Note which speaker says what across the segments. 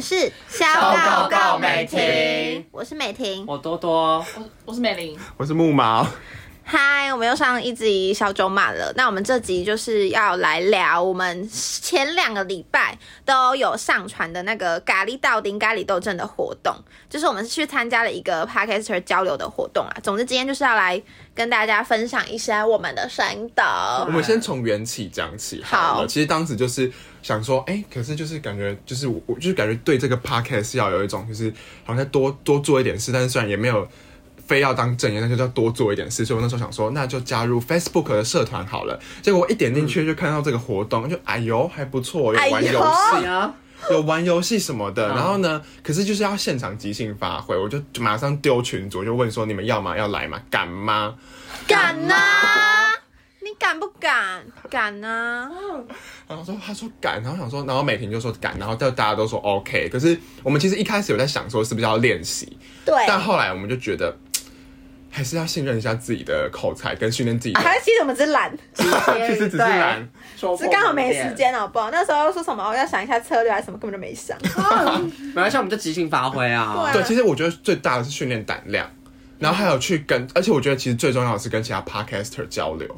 Speaker 1: 是小
Speaker 2: 狗狗美婷，
Speaker 1: 我是美婷。
Speaker 2: 我多多，
Speaker 3: 我我是美玲，
Speaker 4: 我是木毛，
Speaker 1: 嗨，我们又上一集小九马了。那我们这集就是要来聊我们前两个礼拜都有上传的那个咖喱道丁咖喱斗阵的活动，就是我们去参加了一个 podcaster 交流的活动啊。总之，今天就是要来跟大家分享一下我们的山岛
Speaker 4: 我。们先从缘起讲起好了。
Speaker 1: 好
Speaker 4: 其实当时就是想说，哎、可是就是感觉就是我，我就是感觉对这个 podcast 要有一种就是好像再多多做一点事，但是虽然也没有非要当正业，但就是要多做一点事。所以我那时候想说，那就加入 Facebook 的社团好了。结果我一点进去就看到这个活动，就哎呦还不错，有
Speaker 1: 哎
Speaker 4: 玩
Speaker 1: 呦
Speaker 4: 游戏。
Speaker 2: 对啊，
Speaker 4: 有玩游戏什么的，
Speaker 2: 嗯
Speaker 4: 然后呢，可是就是要现场即兴发挥，我就马上丢群组，就问说你们要吗？要来吗？敢吗？
Speaker 1: 敢呐、啊你敢不敢？敢啊呐、
Speaker 4: 然后说他说敢，然后想说，然后美婷就说敢，然后就大家都说 OK。可是我们其实一开始有在想说是不是要练习，
Speaker 1: 对，
Speaker 4: 但后来我们就觉得嘖还是要信任一下自己的口才跟训练自己的。
Speaker 1: 还是其实我们只是懒。
Speaker 4: 其实只是懒，
Speaker 2: 说破
Speaker 1: 是刚好没
Speaker 2: 我们
Speaker 1: 时间，好不好？那时候说什么我要想一下策略还是什么，根本就没想。
Speaker 2: 没关系，我们就即兴发挥
Speaker 1: 嗯
Speaker 2: 啊。
Speaker 4: 对，其实我觉得最大的是训练胆量，然后还有去跟，而且我觉得其实最重要的是跟其他 podcaster 交流。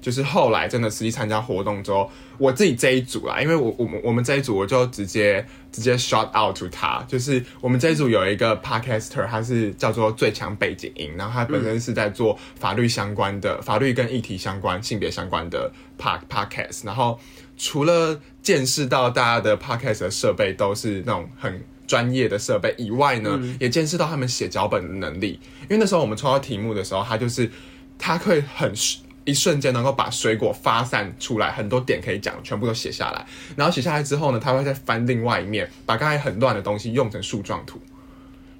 Speaker 4: 就是后来真的实际参加活动之后，我自己这一组啦，因为我我们我们这一组我就直接直接 shout out to 他，就是我们这一组有一个 podcaster，他是叫做最强背景音，然后他本身是在做法律相关的、法律跟议题相关、性别相关的 pod podcast，然后除了见识到大家的 podcast 的设备都是那种很专业的设备以外呢，也见识到他们写脚本的能力。因为那时候我们抽到题目的时候，他就是他会很瞬一瞬间能够把水果发散出来，很多点可以讲，全部都写下来。然后写下来之后呢，他会再翻另外一面，把刚才很乱的东西用成树状图，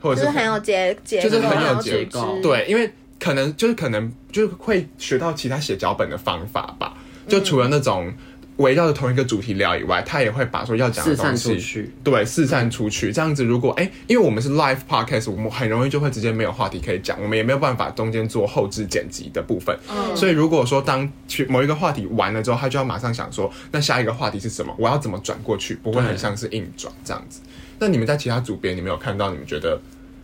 Speaker 4: 或者
Speaker 1: 就是
Speaker 4: 哦是
Speaker 1: 很有结结构，
Speaker 4: 就是很有
Speaker 1: 然后
Speaker 4: 结
Speaker 1: 组织
Speaker 2: 构
Speaker 4: 对，因为可能就是可能就是会学到其他写脚本的方法吧，就除了那种围绕着同一个主题聊以外，他也会把说要讲的
Speaker 2: 嗯四散
Speaker 4: 东
Speaker 2: 出
Speaker 4: 西。
Speaker 2: 去，
Speaker 4: 对，四散出去，这样子。如果哎、因为我们是 live podcast，我们很容易就会直接没有话题可以讲，我们也没有办法中间做后置剪辑的部分。
Speaker 3: 嗯，
Speaker 4: 所以如果说当去某一个话题完了之后，他就要马上想说，那下一个话题是什么？我要怎么转过去？不会很像是硬转这样子。那你们在其他组别，你们有看到你们觉得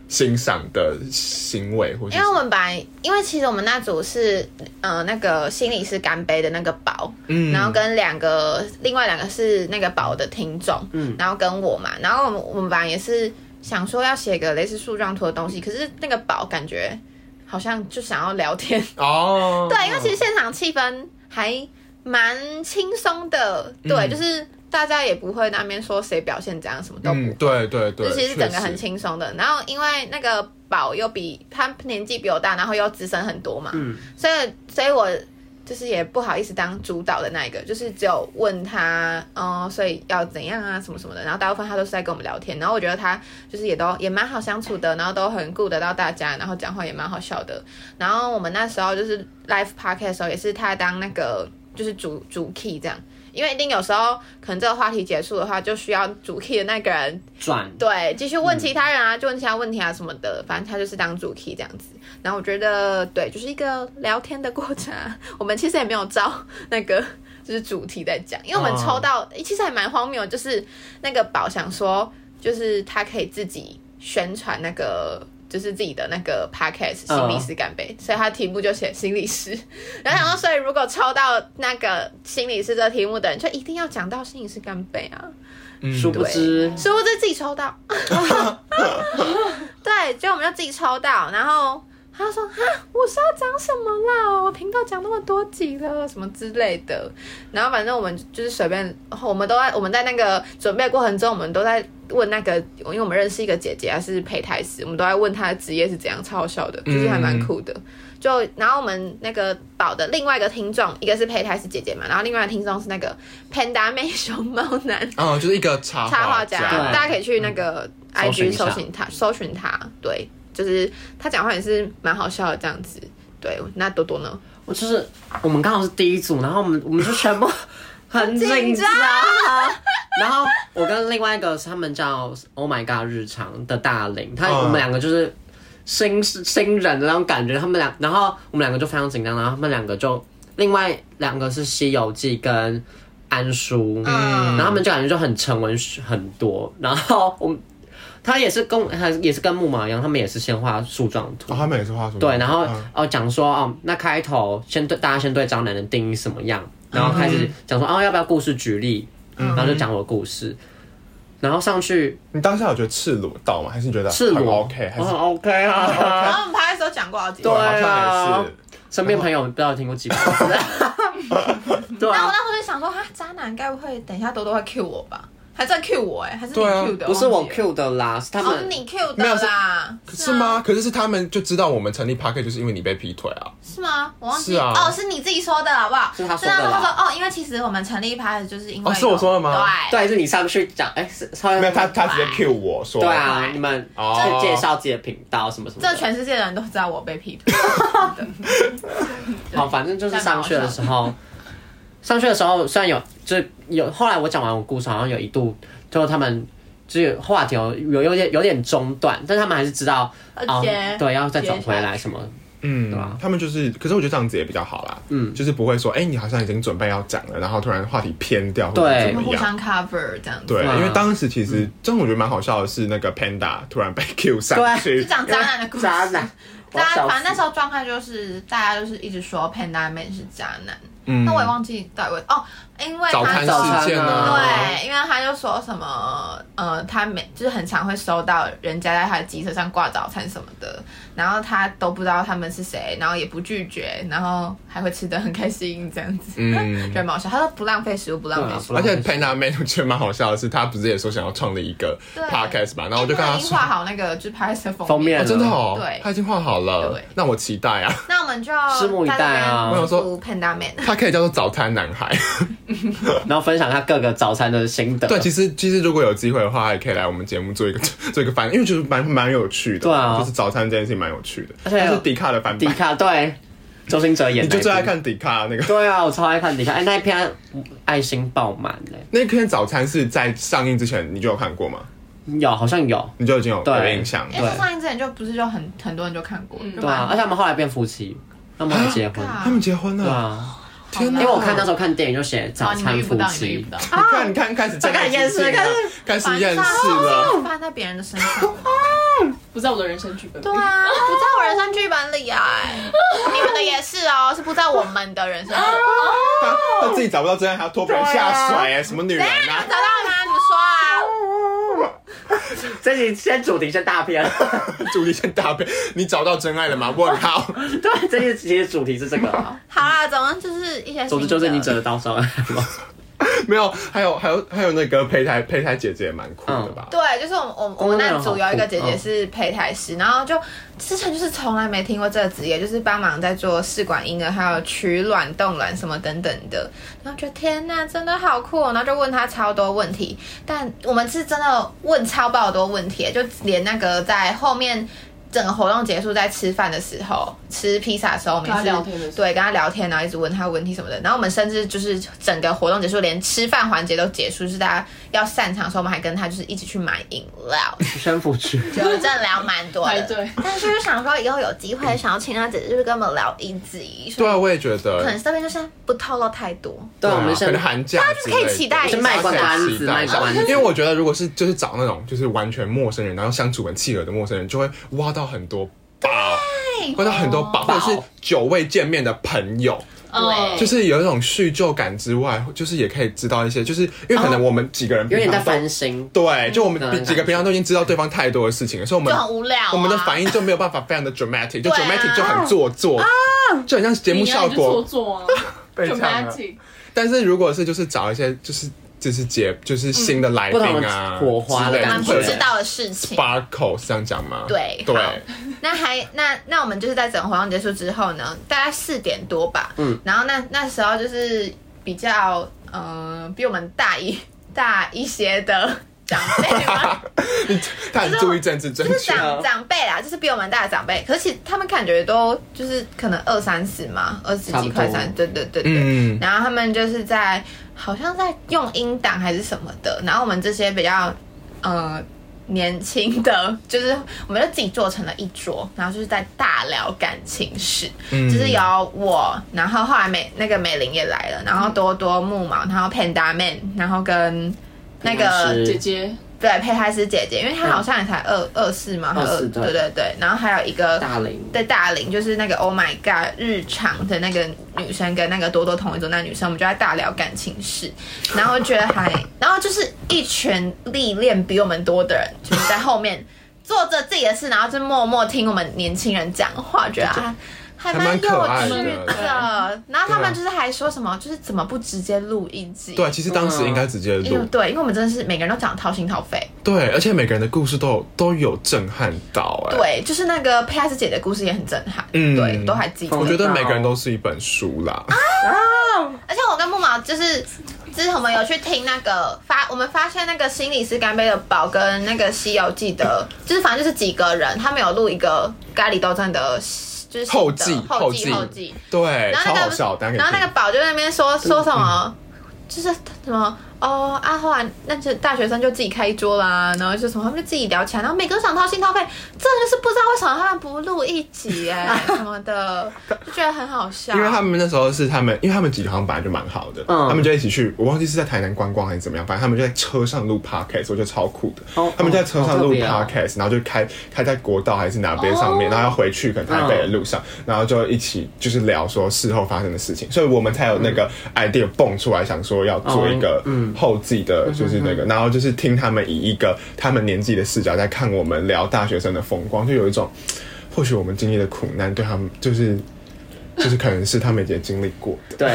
Speaker 4: 欣赏的行为或是
Speaker 1: 因
Speaker 4: 什
Speaker 1: 为我
Speaker 4: 么？
Speaker 1: 们本来，因为其实我们那组是，呃，那个心理师干杯的那个宝，
Speaker 4: 嗯
Speaker 1: 然后跟两个另外两个是那个宝的听众，
Speaker 2: 嗯
Speaker 1: 然后跟我嘛，然后我们我们本来也是想说要写个类似树状图的东西，可是那个宝感觉好像就想要聊天，
Speaker 4: 哦，
Speaker 1: 对，因为其实现场气氛还蛮轻松的，对，
Speaker 4: 嗯
Speaker 1: 就是大家也不会那边说谁表现怎样，什么都不
Speaker 4: 嗯，对对对，
Speaker 1: 就其实整个很
Speaker 4: 确实
Speaker 1: 轻松的。然后因为那个宝又比他年纪比我大，然后又资深很多嘛，
Speaker 2: 嗯
Speaker 1: 所以所以我就是也不好意思当主导的那一个，就是只有问他，哦、所以要怎样啊，什么什么的。然后大部分他都是在跟我们聊天，然后我觉得他就是也都也蛮好相处的，然后都很顾得到大家，然后讲话也蛮好笑的。然后我们那时候就是 live podcast 的时候，也是他当那个就是主主 key 这样。因为一定有时候可能这个话题结束的话，就需要主 key 的那个人
Speaker 2: 转
Speaker 1: 对，继续问其他人啊，就问其他问题啊什么的，反正他就是当主 key 这样子。然后我觉得，对，就是一个聊天的过程啊。 我们其实也没有照那个就是主题在讲，因为我们
Speaker 4: 哦
Speaker 1: 抽到、诶其实还蛮荒谬，就是那个宝想说，就是他可以自己宣传那个。就是自己的那个 podcast
Speaker 2: 嗯
Speaker 1: 心理师干杯所以他题目就写心理师， 然后想说，所以如果抽到那个心理师这题目的人，就一定要讲到心理师干杯啊。
Speaker 4: 嗯
Speaker 2: 殊不知
Speaker 1: 殊不知自己抽到， 对，就我们就自己抽到，然后他就说啊，我是要讲什么啦？我频道讲那么多集了，什么之类的。然后反正我们就是随便，我们都在我们在那个准备过程中，我们都在问那个，因为我们认识一个姐姐，她是陪台师，我们都在问她的职业是怎样，超好笑的，就是还蛮酷的。就然后我们那个岛的另外一个听众，一个是陪台师姐姐嘛，然后另外一个听众是那个 Panda 妹熊猫男。
Speaker 4: 嗯，就是一个插
Speaker 1: 插画家，
Speaker 4: 家，嗯
Speaker 2: 对
Speaker 1: 大家可以去那个
Speaker 2: 搜寻一
Speaker 1: IG
Speaker 2: 下
Speaker 1: 搜寻他，搜寻他。对，就是他讲话也是蛮好笑的这样子。对，那多多呢？
Speaker 2: 我就是我们刚好是第一组，然后我们我们就全部 很紧
Speaker 1: 紧
Speaker 2: 张
Speaker 1: 张，
Speaker 2: 然后我跟另外一个他们叫 Oh My God 日常的大林，他、
Speaker 4: 嗯
Speaker 2: 我们两个就是新新人的那种感觉，他们俩，然后我们两个就非常紧张，然后他们两个就另外两个是《西游记》跟安叔，
Speaker 1: 嗯
Speaker 2: 然后他们就感觉就很沉稳很多，然后我们他也是跟他也是跟木马一样，他们也是先画树状图
Speaker 4: 哦，，他们也是画出
Speaker 2: 对，然后、
Speaker 4: 嗯
Speaker 2: 哦讲说哦，那开头先对大家先对渣男的定义什么样，然后开始讲说、哦要不要故事举例，
Speaker 1: 嗯
Speaker 2: 然后就讲我的故事，然后上去
Speaker 4: 你当下有觉得赤裸到吗？还是你觉得
Speaker 2: 赤
Speaker 4: 很
Speaker 2: 裸
Speaker 4: OK？还
Speaker 2: 我
Speaker 4: 是
Speaker 2: 很 OK 啊，
Speaker 1: 然后我们拍的时候讲过好几次
Speaker 4: 对，
Speaker 2: 对，
Speaker 4: 好像
Speaker 2: 啊
Speaker 4: 也是。
Speaker 2: 身边朋友不知道听过几个字，对
Speaker 1: 那我
Speaker 2: 啊，
Speaker 1: 那时候就想说，哈，渣男该不会等一下多多会 Q 我吧？还在 Q 我哎、还是你
Speaker 4: 对啊
Speaker 1: Q 的？
Speaker 2: 不是我
Speaker 1: 忘记了
Speaker 2: Q 的啦，是他
Speaker 1: 哦，是
Speaker 2: 们
Speaker 1: 你 Q
Speaker 4: 没有
Speaker 1: 的啦，
Speaker 4: 是
Speaker 1: 啊？
Speaker 4: 吗？可是是他们就知道我们成立 p a r k e t 就是因为你被劈腿啊。
Speaker 1: 是吗？我忘记
Speaker 4: 是啊
Speaker 1: 哦，是你自己说的好不好？
Speaker 2: 是他说
Speaker 1: 啊
Speaker 2: 的啦
Speaker 1: 他说哦，因为其实我们成立一拍就是因为
Speaker 4: 哦是我说的吗
Speaker 1: 有对，
Speaker 2: 对，是你上去讲，哎，是稍微
Speaker 4: 没有，他他直接 Q 我说，
Speaker 2: 嗯对啊，
Speaker 1: 对
Speaker 2: 你们
Speaker 4: 哦
Speaker 2: 去介绍自己的频道什么什么的，
Speaker 1: 这全世界的人都知道我被劈
Speaker 4: 哦
Speaker 1: 腿。
Speaker 2: 好，反正就是上学的时 候，上学的时候虽然有，就是有后来我讲完我故事，好像有一度就是他们就是话题有有有点有点中断，但是他们还是知道
Speaker 1: 而
Speaker 2: 哦
Speaker 1: 且，
Speaker 2: 对，要再转回来什么，
Speaker 4: 嗯，
Speaker 2: 对啊
Speaker 4: 他们就是，可是我觉得这样子也比较好啦，嗯，就是不会说，哎、你好像已经准备要讲了，然后突然话题偏掉，
Speaker 2: 对
Speaker 4: 或者
Speaker 1: 我
Speaker 4: 怎
Speaker 1: 们
Speaker 4: 么
Speaker 1: 互
Speaker 4: 样？
Speaker 1: 相 cover 这样子。
Speaker 4: 对，
Speaker 2: 嗯
Speaker 4: 因为当时其实，真的我觉得蛮好笑的是，那个 Panda 突然被 Q 上
Speaker 1: 就
Speaker 4: 去，
Speaker 2: 啊
Speaker 1: 讲渣男的故事。
Speaker 2: 渣 男，我要
Speaker 1: 大
Speaker 2: 笑死
Speaker 1: 家反正那时候状态就是，大家就是一直说 Panda Man 是渣男，
Speaker 4: 嗯
Speaker 1: 那我也忘记到底为哦，因为
Speaker 4: 早
Speaker 1: 他
Speaker 4: 餐
Speaker 1: 说
Speaker 4: 事件啊，
Speaker 1: 对，因为他就说什么呃，他每就是很常会收到人家在他的机车上挂早餐什么的，然后他都不知道他们是谁，然后也不拒绝，然后还会吃的很开心这样子，
Speaker 4: 嗯
Speaker 1: 觉得蛮好笑。他说不浪费食物，不浪
Speaker 2: 对
Speaker 1: 费
Speaker 2: 啊
Speaker 1: 食
Speaker 2: 不
Speaker 1: 物。
Speaker 2: 浪
Speaker 4: 而
Speaker 2: 费
Speaker 4: 且 Panda Man 我觉得蛮好笑的是，他不是也说想要创立一个
Speaker 1: 对
Speaker 4: podcast 嘛，然后
Speaker 1: 哎
Speaker 4: 我就跟
Speaker 1: 他
Speaker 4: 他
Speaker 1: 已经
Speaker 4: 说
Speaker 1: 画，好那个就是拍摄
Speaker 2: 封面
Speaker 4: 哦，真的哦，
Speaker 1: 对
Speaker 4: 他已经画好了
Speaker 1: 对，
Speaker 4: 那我期待啊，
Speaker 1: 那我们就
Speaker 2: 拭目以待啊
Speaker 4: 我想说
Speaker 1: 祝福 Panda Man。
Speaker 4: 他可以叫做早餐男孩。
Speaker 2: 然后分享他各个早餐的心得，
Speaker 4: 对，其实其实如果有机会的话，也可以来我们节目做一个 做一个翻，因为就是蛮蛮有趣的，
Speaker 2: 对啊
Speaker 4: 就是早餐这件事情蛮有趣的，
Speaker 2: 而且
Speaker 4: 它是迪卡的翻
Speaker 2: 迪
Speaker 4: 版，
Speaker 2: 卡对，周星哲演
Speaker 4: 你
Speaker 2: 的，
Speaker 4: 就最爱，看迪卡那个。
Speaker 2: 对啊，我超爱看迪卡，哎，那一篇爱心爆满嘞，
Speaker 4: 那篇早餐是在上映之前你就有看过吗？
Speaker 2: 有好像有，
Speaker 4: 你就已经有
Speaker 2: 对
Speaker 4: 有印象了
Speaker 1: 因为上映之前就不是就很很多人就看过，就
Speaker 2: 对啊，而
Speaker 1: 蛮
Speaker 2: 且他们后来变夫妻，他们还结婚，
Speaker 1: 啊
Speaker 4: 他们结婚
Speaker 2: 对
Speaker 4: 了，
Speaker 2: 啊。
Speaker 4: 天哪！
Speaker 2: 因为我看那时候看电影就写
Speaker 1: 嗯哦
Speaker 2: 早
Speaker 1: 你们
Speaker 2: 餐
Speaker 1: 遇不
Speaker 2: 夫
Speaker 1: 到，你们
Speaker 2: 妻
Speaker 1: 遇不，到，
Speaker 4: 你看，你看，开始
Speaker 2: 这 开始厌世
Speaker 4: 厌
Speaker 2: 开
Speaker 4: 了
Speaker 2: 始，
Speaker 4: 开始厌世了。
Speaker 1: 发在别人的身上。
Speaker 3: 不在我的人生剧本里。
Speaker 1: 对啊，不在我人生剧本里啊，你们的也是哦，是不在我们的人生剧本。
Speaker 4: 他他自己找不到真爱，还要拖别人下水，哎什么女人啊
Speaker 1: 找？到了吗？你们说啊。
Speaker 2: 这集先主题先大片，
Speaker 4: 主题先大便，你找到真爱了吗？问号。
Speaker 2: 对，这集其实主题是这个，
Speaker 1: 好啦，总之就是一些心得。
Speaker 2: 总之就是你整的刀伤害嘛，
Speaker 4: 没有，还有还有还有那个胚胎胚胎姐姐也蛮酷的
Speaker 2: 嗯
Speaker 4: 吧？
Speaker 1: 对，就是我们我们我们那组有一个姐姐是胚胎师，然后就之前就是从来没听过这个职业，就是帮忙在做试管婴儿，还有取卵、冻卵什么等等的。然后觉得天呐，真的好酷、哦！然后就问她超多问题，但我们是真的问超爆多问题，就连那个在后面。整个活动结束，在吃饭的时候，吃披萨的时候，我们也是
Speaker 3: 跟她聊天的时候
Speaker 1: 对跟她聊天，然后一直问她问题什么的。然后我们甚至就是整个活动结束，连吃饭环节都结束，就是大家要散场的时候，我们还跟她就是一起去买饮料，
Speaker 2: 先不去。
Speaker 1: 就真的聊蛮多
Speaker 3: 排
Speaker 1: 的。
Speaker 3: 队
Speaker 1: 但是就想说以后有机会，想要请她姐姐就是跟我们聊一集，
Speaker 4: 对
Speaker 1: 所以
Speaker 4: 啊，我也觉
Speaker 1: 可能
Speaker 4: 得。
Speaker 1: 这边就是不透露太多。
Speaker 2: 对，啊我们
Speaker 4: 可
Speaker 2: 先
Speaker 4: 能寒假之类的，
Speaker 1: 大家就是可以期待一下
Speaker 2: 先卖关子
Speaker 4: 可以期待
Speaker 2: 卖关子
Speaker 4: 因为我觉得，如果是就是找那种就是完全陌生人，然后相处很契合的陌生人，就会挖到很多宝，挖到很多宝，或
Speaker 2: 宝
Speaker 4: 者是久未见面的朋友，
Speaker 3: 嗯
Speaker 4: 就是有一种叙旧感之外，就是也可以知道一些，就是因为可能我们几个人
Speaker 2: 哦有点在
Speaker 4: 平常都
Speaker 2: 翻 新，
Speaker 4: 对，就我们
Speaker 2: 嗯
Speaker 4: 比几个平常都已经知道对方太多的事情了，所以我们
Speaker 1: 就很无聊啊
Speaker 4: 我们的反应就没有办法非常的 dramatic，就
Speaker 1: 对啊啊
Speaker 4: dramatic 就很做作，就很像节目
Speaker 3: 你啊
Speaker 4: 效
Speaker 3: 你就做
Speaker 4: 果
Speaker 3: 作啊
Speaker 4: 被呛了。
Speaker 3: ，dramatic，
Speaker 4: 但是如果是就是找一些就是就是姐就是新的来宾
Speaker 2: 不同
Speaker 4: 啊，
Speaker 2: 的火花
Speaker 4: 之类
Speaker 2: 的
Speaker 1: 我
Speaker 4: 的
Speaker 2: 感
Speaker 1: 们不
Speaker 2: 觉
Speaker 4: 会有
Speaker 1: 知道的事情。
Speaker 4: sparkle 是这样讲吗？
Speaker 1: 对
Speaker 4: 对，
Speaker 1: 好那还那那我们就是在整个活动结束之后呢，大概四点多吧，嗯，然后那那时候就是比较呃比我们大一 大一些的长辈 嘛，
Speaker 4: 他很注意政治正
Speaker 1: 就是
Speaker 4: 确。
Speaker 1: 长长辈啦，就是比我们大的长辈，可是其实他们感觉都就是可能二三十嘛，二十
Speaker 2: 差
Speaker 1: 几
Speaker 2: 不多
Speaker 1: 快三，对对对对，
Speaker 4: 嗯
Speaker 1: 然后他们就是在好像在用音档还是什么的，然后我们这些比较呃年轻的，就是我们就自己做成了一桌，然后就是在大聊感情事，
Speaker 4: 嗯
Speaker 1: 就是有我，然后后来美那个美玲也来了，然后多多木毛，然后 Panda Man，然后跟那
Speaker 2: 平安
Speaker 1: 个
Speaker 2: 师
Speaker 3: 姐姐
Speaker 1: 对佩泰斯姐姐，因为她好像也才二嗯二四嘛，还是
Speaker 2: 24对
Speaker 1: 对对对，然后还有一个
Speaker 2: 大龄
Speaker 1: 对大龄，就是那个 Oh my God 日常的那个女生跟那个多多同一组那女生，我们就在大聊感情事，然后觉得还，然后就是一群历练比我们多的人，就是在后面做着自己的事，然后就默默听我们年轻人讲话，觉得啊。还蛮有
Speaker 4: 还蛮可爱
Speaker 3: 的
Speaker 1: 趣的，然后他们就是还说什么，就是怎么不直接录一集？
Speaker 4: 对，啊其实当时应该直接
Speaker 1: 因为
Speaker 4: 录，
Speaker 1: 对，因为我们真的是每个人都讲得掏心掏肺。
Speaker 4: 对，而且每个人的故事都有都有震撼到、哎，，
Speaker 1: 对，就是那个佩斯姐的故事也很震撼，
Speaker 4: 嗯
Speaker 1: 对，都还记得。
Speaker 4: 我觉得每个人都是一本书啦，
Speaker 1: 啊而且我跟木毛就是，之前我们有去听那个发，我们发现那个心理师干杯的宝跟那个《西游记》的，就是反正就是几个人，他们有录一个咖喱豆酱的，就是新的
Speaker 4: 后记
Speaker 1: 后
Speaker 4: 后记
Speaker 1: 记后记。
Speaker 4: 对，
Speaker 1: 然后
Speaker 4: 哎超
Speaker 1: 那
Speaker 4: 好
Speaker 1: 个
Speaker 4: 笑，大家可以
Speaker 1: 然后那个
Speaker 4: 听
Speaker 1: 宝就在那边说说什么，就是什么哦啊，后来那些大学生就自己开一桌啦，然后就什么他们就自己聊起来，然后每个都想掏心掏肺，真的就是不知道为什么他们不录一集哎、什么的，就觉得很好笑。
Speaker 4: 因为他们那时候是他们，因为他们几个好像本来就蛮好的，
Speaker 2: 嗯
Speaker 4: 他们就一起去，我忘记是在台南观光还是怎么样，反正他们就在车上录 podcast，我觉得超酷的。
Speaker 2: 哦
Speaker 4: 他们就在车上
Speaker 2: 好特
Speaker 4: 录
Speaker 2: 别哦
Speaker 4: podcast，、然后就开开在国道还是哪边上面，然后要回去可能台北的路上，然后就一起就是聊说事后发生的事情，所以我们才有那个 idea 蹦出来，想说要做一个后继的，就是那个，然后就是听他们以一个他们年纪的视角在看我们聊大学生的风光，就有一种。或许我们经历的苦难，对他们就是就是可能是他们已经经历过 的。
Speaker 2: 对，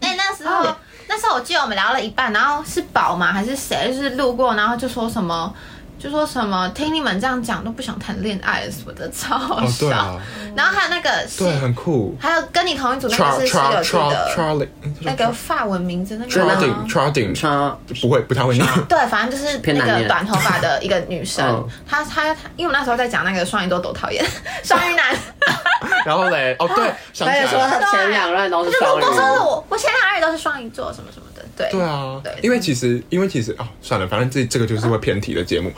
Speaker 1: 哎、那时候、那时候我记得我们聊了一半，然后是宝嘛还是谁，就是路过，然后就说什么。就说什么听你们这样讲都不想谈恋爱什么的，超好
Speaker 4: 哦，
Speaker 1: 笑。
Speaker 4: 对啊，
Speaker 1: 然后还有那个是
Speaker 4: 对，，啊很酷。
Speaker 1: 还有跟你同一组那
Speaker 4: Char
Speaker 1: 个是室
Speaker 4: Char
Speaker 1: 友记
Speaker 4: Char
Speaker 1: 的
Speaker 4: Charlie
Speaker 1: 那个法文名字那个
Speaker 4: Charding
Speaker 1: 吗？
Speaker 4: Charding
Speaker 2: 穿
Speaker 4: 不会不太会念。
Speaker 1: 对，反正就是
Speaker 2: 偏
Speaker 1: 那
Speaker 2: 南
Speaker 1: 个
Speaker 2: 面
Speaker 1: 短头发的一个女生
Speaker 2: 嗯，
Speaker 1: 她她她因为我那时候在讲那个双鱼座多讨厌， 双鱼男，
Speaker 4: 然后嘞，哦对，想
Speaker 2: 啊他也
Speaker 4: 起
Speaker 2: 说
Speaker 4: 来了，
Speaker 2: 他前两任都是
Speaker 1: 就
Speaker 2: 双
Speaker 1: 都说是
Speaker 2: 鱼，
Speaker 1: 我，我前两任都是双鱼座什么什么的，对
Speaker 4: 对啊
Speaker 1: 对，
Speaker 4: 因为其实因为其实哦，算了，反正这这个就是会偏题的节目。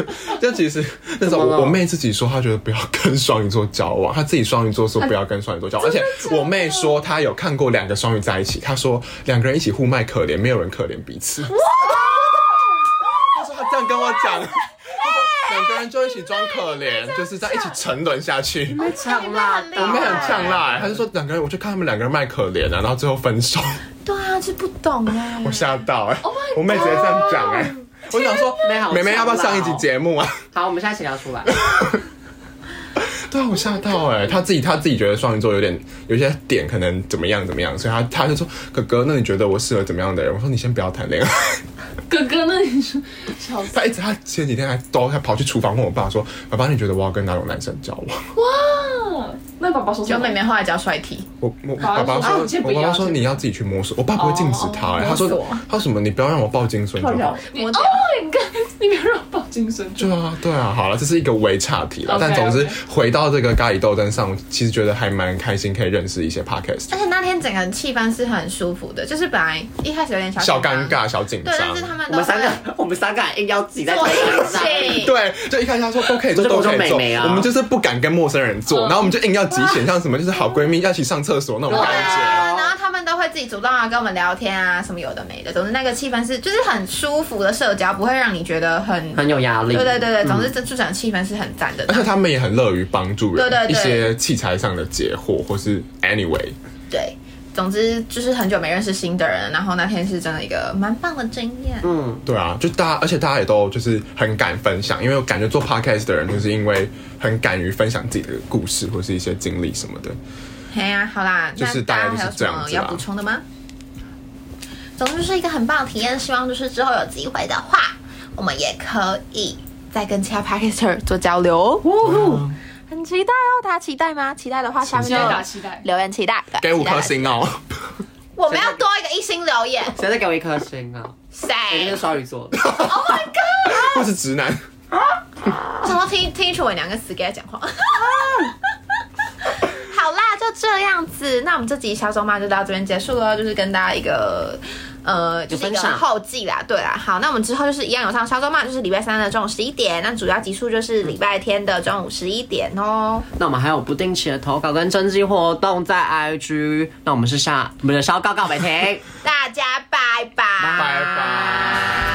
Speaker 4: 就其实那时
Speaker 2: 怎
Speaker 4: 候
Speaker 2: 么了
Speaker 4: 我我妹自己说，她觉得不要跟双鱼座交往，她自己双鱼座
Speaker 2: 啊
Speaker 4: 说不要跟双鱼座交往，而且我妹说她有看过两个双鱼在一起，她说两个人一起互卖可怜，没有人可怜彼此。她说她这样跟我讲，她
Speaker 2: 哎
Speaker 4: 说两个人就一起装可怜，就是在一起沉沦下去。
Speaker 2: 被呛辣
Speaker 1: 我
Speaker 4: 我
Speaker 1: 们
Speaker 4: 妹很
Speaker 1: 呛
Speaker 4: 呛
Speaker 2: 哎
Speaker 4: 辣、欸，她就说两个人，我就看他们两个人卖可怜啊，然后最后分手。
Speaker 1: 对啊，就不懂哎
Speaker 4: 我，吓到哎、我妹直接这样讲哎、我想说
Speaker 2: 妹好，
Speaker 4: 妹妹要不要
Speaker 2: 呛辣
Speaker 4: 上
Speaker 2: 哦
Speaker 4: 一集节目啊？
Speaker 2: 好，我们现在一起聊 出来。
Speaker 4: 对啊，我吓到哎、她自己她自己觉得双鱼座有点有一些点可能怎么样怎么样，所以她她就说哥哥，那你觉得我适合怎么样的人？我说你先不要谈恋爱。
Speaker 3: 哥哥，那你说，笑死！
Speaker 4: 她一直她前几天还都还跑去厨房问我爸说，爸爸你觉得我要跟哪种男生交往？
Speaker 3: 哇，那爸爸说什
Speaker 1: 就
Speaker 3: 么？
Speaker 1: 妹妹后来叫帅 T，
Speaker 4: 我我
Speaker 3: 爸
Speaker 4: 爸爸
Speaker 3: 爸
Speaker 4: 说
Speaker 3: 说先，不
Speaker 4: 我爸爸
Speaker 3: 要
Speaker 4: 说
Speaker 3: 先
Speaker 4: 你要自己去摸索，我爸不会禁止她哎、
Speaker 1: 哦
Speaker 4: 他说
Speaker 1: 摸索
Speaker 4: 他说什么你不要让我抱金孙就好。
Speaker 3: 你
Speaker 1: 我
Speaker 3: 哦，你看，你不要让我抱金孙
Speaker 4: 对啊，对啊，好了，这是一个微岔题了
Speaker 3: OK，
Speaker 4: 但总之
Speaker 3: OK
Speaker 4: 回到这个咖喱豆灯上，我其实觉得还蛮开心，可以认识一些 podcast。
Speaker 1: 而且那天整个气氛是很舒服的，就是本来一开始有点小
Speaker 4: 小
Speaker 1: 紧
Speaker 4: 尴
Speaker 1: 张，
Speaker 4: 尬，小紧
Speaker 1: 对，但
Speaker 4: 张
Speaker 1: 是。他们
Speaker 2: 我
Speaker 1: 都
Speaker 2: 们
Speaker 1: 会
Speaker 2: 三个，我们三个还硬要挤在
Speaker 1: 坐
Speaker 2: 一
Speaker 1: 一
Speaker 2: 起。
Speaker 1: 起，
Speaker 4: 对，就一开始他说都可以
Speaker 2: 不
Speaker 4: 做，
Speaker 2: 是
Speaker 4: 都
Speaker 2: 我说
Speaker 4: 可以做，
Speaker 2: 妹妹啊
Speaker 4: 我们就是不敢跟陌生人做，
Speaker 3: 嗯
Speaker 4: 然后我们就硬要集选，像什么就是好闺蜜要一起上厕所那种
Speaker 1: 对
Speaker 4: 感
Speaker 1: 啊，然后他们都会自己主动啊跟我们聊天啊，什么有的没的，总之那个气氛是就是很舒服的社交，不会让你觉得很
Speaker 2: 很有压力。嗯
Speaker 1: 对对对对，总之这助长气氛是很赞的
Speaker 4: 觉，而。且他们也很乐于帮助人，
Speaker 1: 对对对
Speaker 4: 一些器材上的解惑或是 anyway，
Speaker 1: 对，总之就是很久没认识新的人，然后那天是真的一个蛮棒的经验。
Speaker 2: 嗯，
Speaker 4: 对啊，就大家，而且大家也都就是很敢分享，因为我感觉做 podcast 的人就是因为很敢于分享自己的故事或是一些经历什么的。
Speaker 1: 嘿呀、好啦，
Speaker 4: 就是
Speaker 1: 那
Speaker 4: 大概
Speaker 1: 家还有
Speaker 4: 就是这
Speaker 1: 什
Speaker 4: 样
Speaker 1: 么
Speaker 4: 子啦
Speaker 1: 要补充的吗？总之就是一个很棒的体验，希望就是之后有机会的话，我们也可以再跟其他 podcaster 做交流哦。很期待哦，大家期待吗？期待的话，下面
Speaker 3: 期待打
Speaker 1: 就
Speaker 3: 期待。
Speaker 1: 留言期待，
Speaker 4: 给五
Speaker 1: 期待
Speaker 4: 颗，星哦、
Speaker 1: 我们要多一个一星留言，
Speaker 2: 谁再给我一颗星啊？
Speaker 1: 谁？
Speaker 2: 一定是双鱼座的。
Speaker 4: 或是直男。
Speaker 1: 我想要听听楚伟娘跟死 gay 讲话。 好啦，就这样子，那我们这集小走马就到这边结束了，就是跟大家一个。呃，就是一
Speaker 2: 分
Speaker 1: 个
Speaker 2: 享
Speaker 1: 后记啦，对啦，好，那我们之后就是一样有上小周嘛，就是礼拜三的中午十一点，那主要集数就是礼拜天的中午十一点哦。
Speaker 2: 那我们还有不定期的投稿跟征集活动在 IG，那我们是下我们的稍告告美婷。
Speaker 1: 大家拜拜，
Speaker 4: 拜拜。